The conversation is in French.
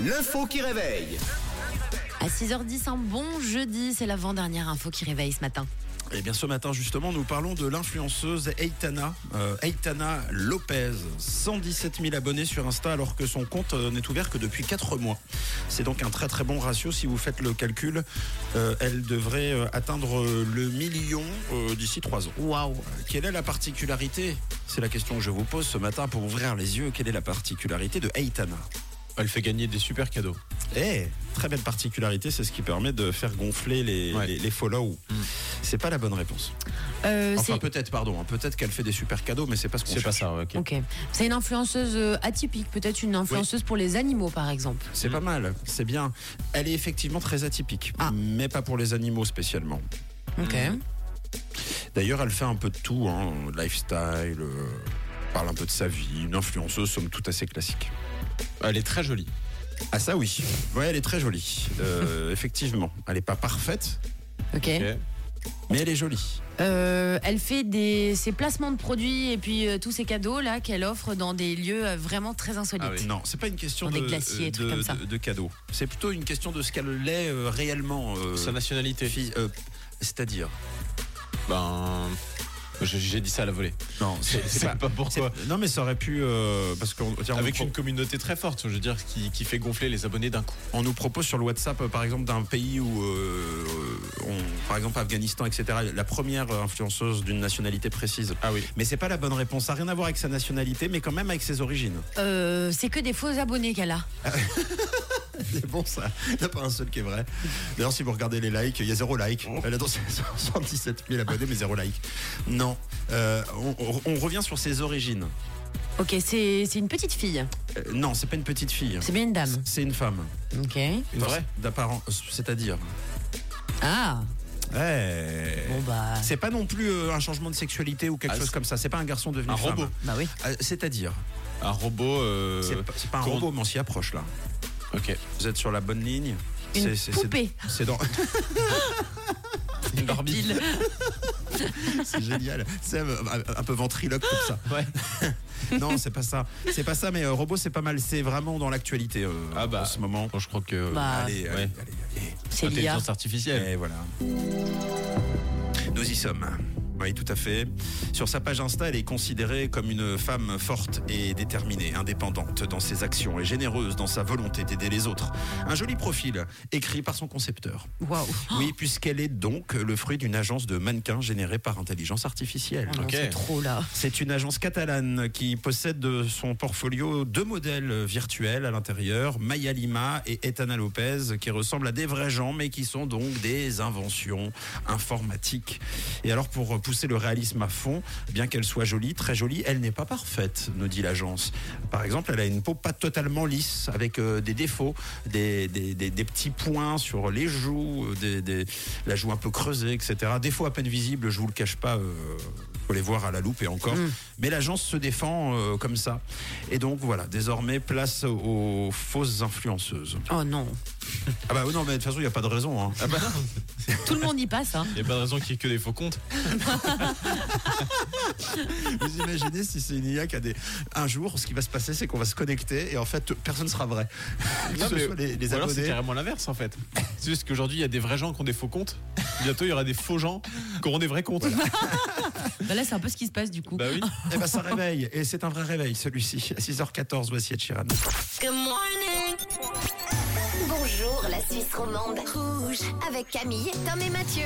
L'info qui réveille. À 6h10, un bon jeudi, c'est l'avant-dernière info qui réveille ce matin. Et Eh bien ce matin justement nous parlons de l'influenceuse Eitana, euh, Eitana Lopez, 117 000 abonnés sur Insta alors que son compte euh, n'est ouvert que depuis 4 mois. C'est donc un très très bon ratio si vous faites le calcul, Euh, elle devrait euh, atteindre euh, le million euh, d'ici 3 ans. Waouh Quelle est la particularité C'est la question que je vous pose ce matin pour ouvrir les yeux. Quelle est la particularité de Eitana Elle fait gagner des super cadeaux. Eh, très belle particularité, c'est ce qui permet de faire gonfler les, Ouais. Mm. les, les follow. C'est pas la bonne réponse. Euh, Enfin, c'est- peut-être, pardon. hein, Peut-être qu'elle fait des super cadeaux, mais c'est pas ce qu'on C'est pas cherche. ça, ouais, ok. Ok. C'est une influenceuse euh, atypique, peut-être une influenceuse pour les animaux par exemple. C'est pas mal, c'est bien. Elle est effectivement très atypique, Ah. mais pas pour les animaux spécialement. Ok. D'ailleurs, elle fait un peu de tout, hein, lifestyle, euh, parle un peu de sa vie, une influenceuse, somme toute assez classique. Elle est très jolie. Ah ça oui, ouais, elle est très jolie, Euh, effectivement. Elle est pas parfaite, Ok. Ok. mais elle est jolie. Euh, elle fait des, ses placements de produits et puis euh, tous ses cadeaux là qu'elle offre dans des lieux euh, vraiment très Ah insolites. Ah Non, c'est pas une question Dans des de, glaciers, euh, trucs de- comme ça. de- de cadeaux. C'est plutôt une question de ce qu'elle est euh, réellement. euh, Sa nationalité fi- euh, c'est-à-dire Ben. je- J'ai dit ça à la volée. Non, Je sais pas, pourquoi. Non, mais ça aurait pu. euh, parce qu'on tiens, on Avec nous pro- une communauté très forte, je veux dire, qui, qui fait gonfler les abonnés d'un coup. on nous propose sur le WhatsApp, euh, par exemple, d'un pays où. euh, on- par exemple, Afghanistan, etc. La première euh, influenceuse d'une nationalité précise. Ah oui. Mais c'est pas la bonne réponse. Ça n'a rien à voir avec sa nationalité, mais quand même avec ses origines. Euh, c'est que des faux abonnés qu'elle a. C'est bon, ça. Il n'y a pas un seul qui est vrai. D'ailleurs, si vous regardez les likes, il y a zéro like. Oh. Elle a dans ses 77 000 abonnés, mais zéro like. Non. Euh, on- on- on revient sur ses origines. Ok, c'est c'est une petite fille. Euh, non, c'est pas une petite fille. C'est bien une dame. C'est une femme. Ok. Une Enfin, vraie D'apparence. C'est-à-dire. Ah. Ouais. Bon bah. C'est pas non plus euh, un changement de sexualité ou quelque Ah, chose c'est- comme ça. C'est pas un garçon devenu Un femme. robot. Bah oui. Euh, C'est-à-dire, Un robot. euh, c'est pas, c'est pas un qu'on- robot, mais on s'y approche là. Ok. Vous êtes sur la bonne ligne. Une C'est- c'est- c'est- poupée. C'est dans. Une Barbie. Pile. c'est génial. C'est un, un peu ventriloque comme Ouais. ça. Non, c'est pas ça. C'est pas ça, mais euh, robot, c'est pas mal. C'est vraiment dans l'actualité euh, Ah bah. en ce moment. Bon, je crois que. euh, Bah. Allez, allez, Ouais. allez, allez. C'est l'IA. Intelligence artificielle. Et voilà. Nous y sommes. Oui, tout à fait. Sur sa page Insta, elle est considérée comme une femme forte et déterminée, indépendante dans ses actions et généreuse dans sa volonté d'aider les autres. Un joli profil écrit par son concepteur. Waouh. oh Oui, puisqu'elle est donc le fruit d'une agence de mannequins générée par intelligence artificielle. Non, Ok. C'est trop là. C'est une agence catalane qui possède de son portfolio deux modèles virtuels à l'intérieur, Maya Lima et Etana Lopez, qui ressemblent à des vrais gens, mais qui sont donc des inventions informatiques. Et alors, pour pousser le réalisme à fond, bien qu'elle soit jolie, très jolie, elle n'est pas parfaite, nous dit l'agence. Par exemple, elle a une peau pas totalement lisse, avec euh, des défauts, des, des- des- des petits points sur les joues, euh, des- des- la joue un peu creusée, etc. Défauts à peine visibles, je vous le cache pas. euh, faut les voir à la loupe et encore. Mais l'agence se défend euh, comme ça. Et donc voilà, désormais place aux fausses influenceuses. Oh non. Ah bah non, mais de toute façon, il n'y a pas de raison. hein. Ah bah non, Tout le monde y passe. Hein. il n'y a pas de raison qu'il y ait que des faux comptes. Vous imaginez si c'est une IA qui a des... Un jour, ce qui va se passer, c'est qu'on va se connecter et en fait, personne ne sera vrai. Que Non, ce mais- soit les, les ou alors c'est abonnés. carrément l'inverse en fait. C'est juste qu'aujourd'hui il y a des vrais gens qui ont des faux comptes. Bientôt il y aura des faux gens qui auront des vrais comptes. Bah là, c'est un peu ce qui se passe du coup. Bah oui. Eh ben, ça réveille. Et c'est un vrai réveil, celui-ci. À 6h14, voici Ed Sheeran. Good morning. Bonjour la Suisse romande. Rouge avec Camille, Tom et Mathieu.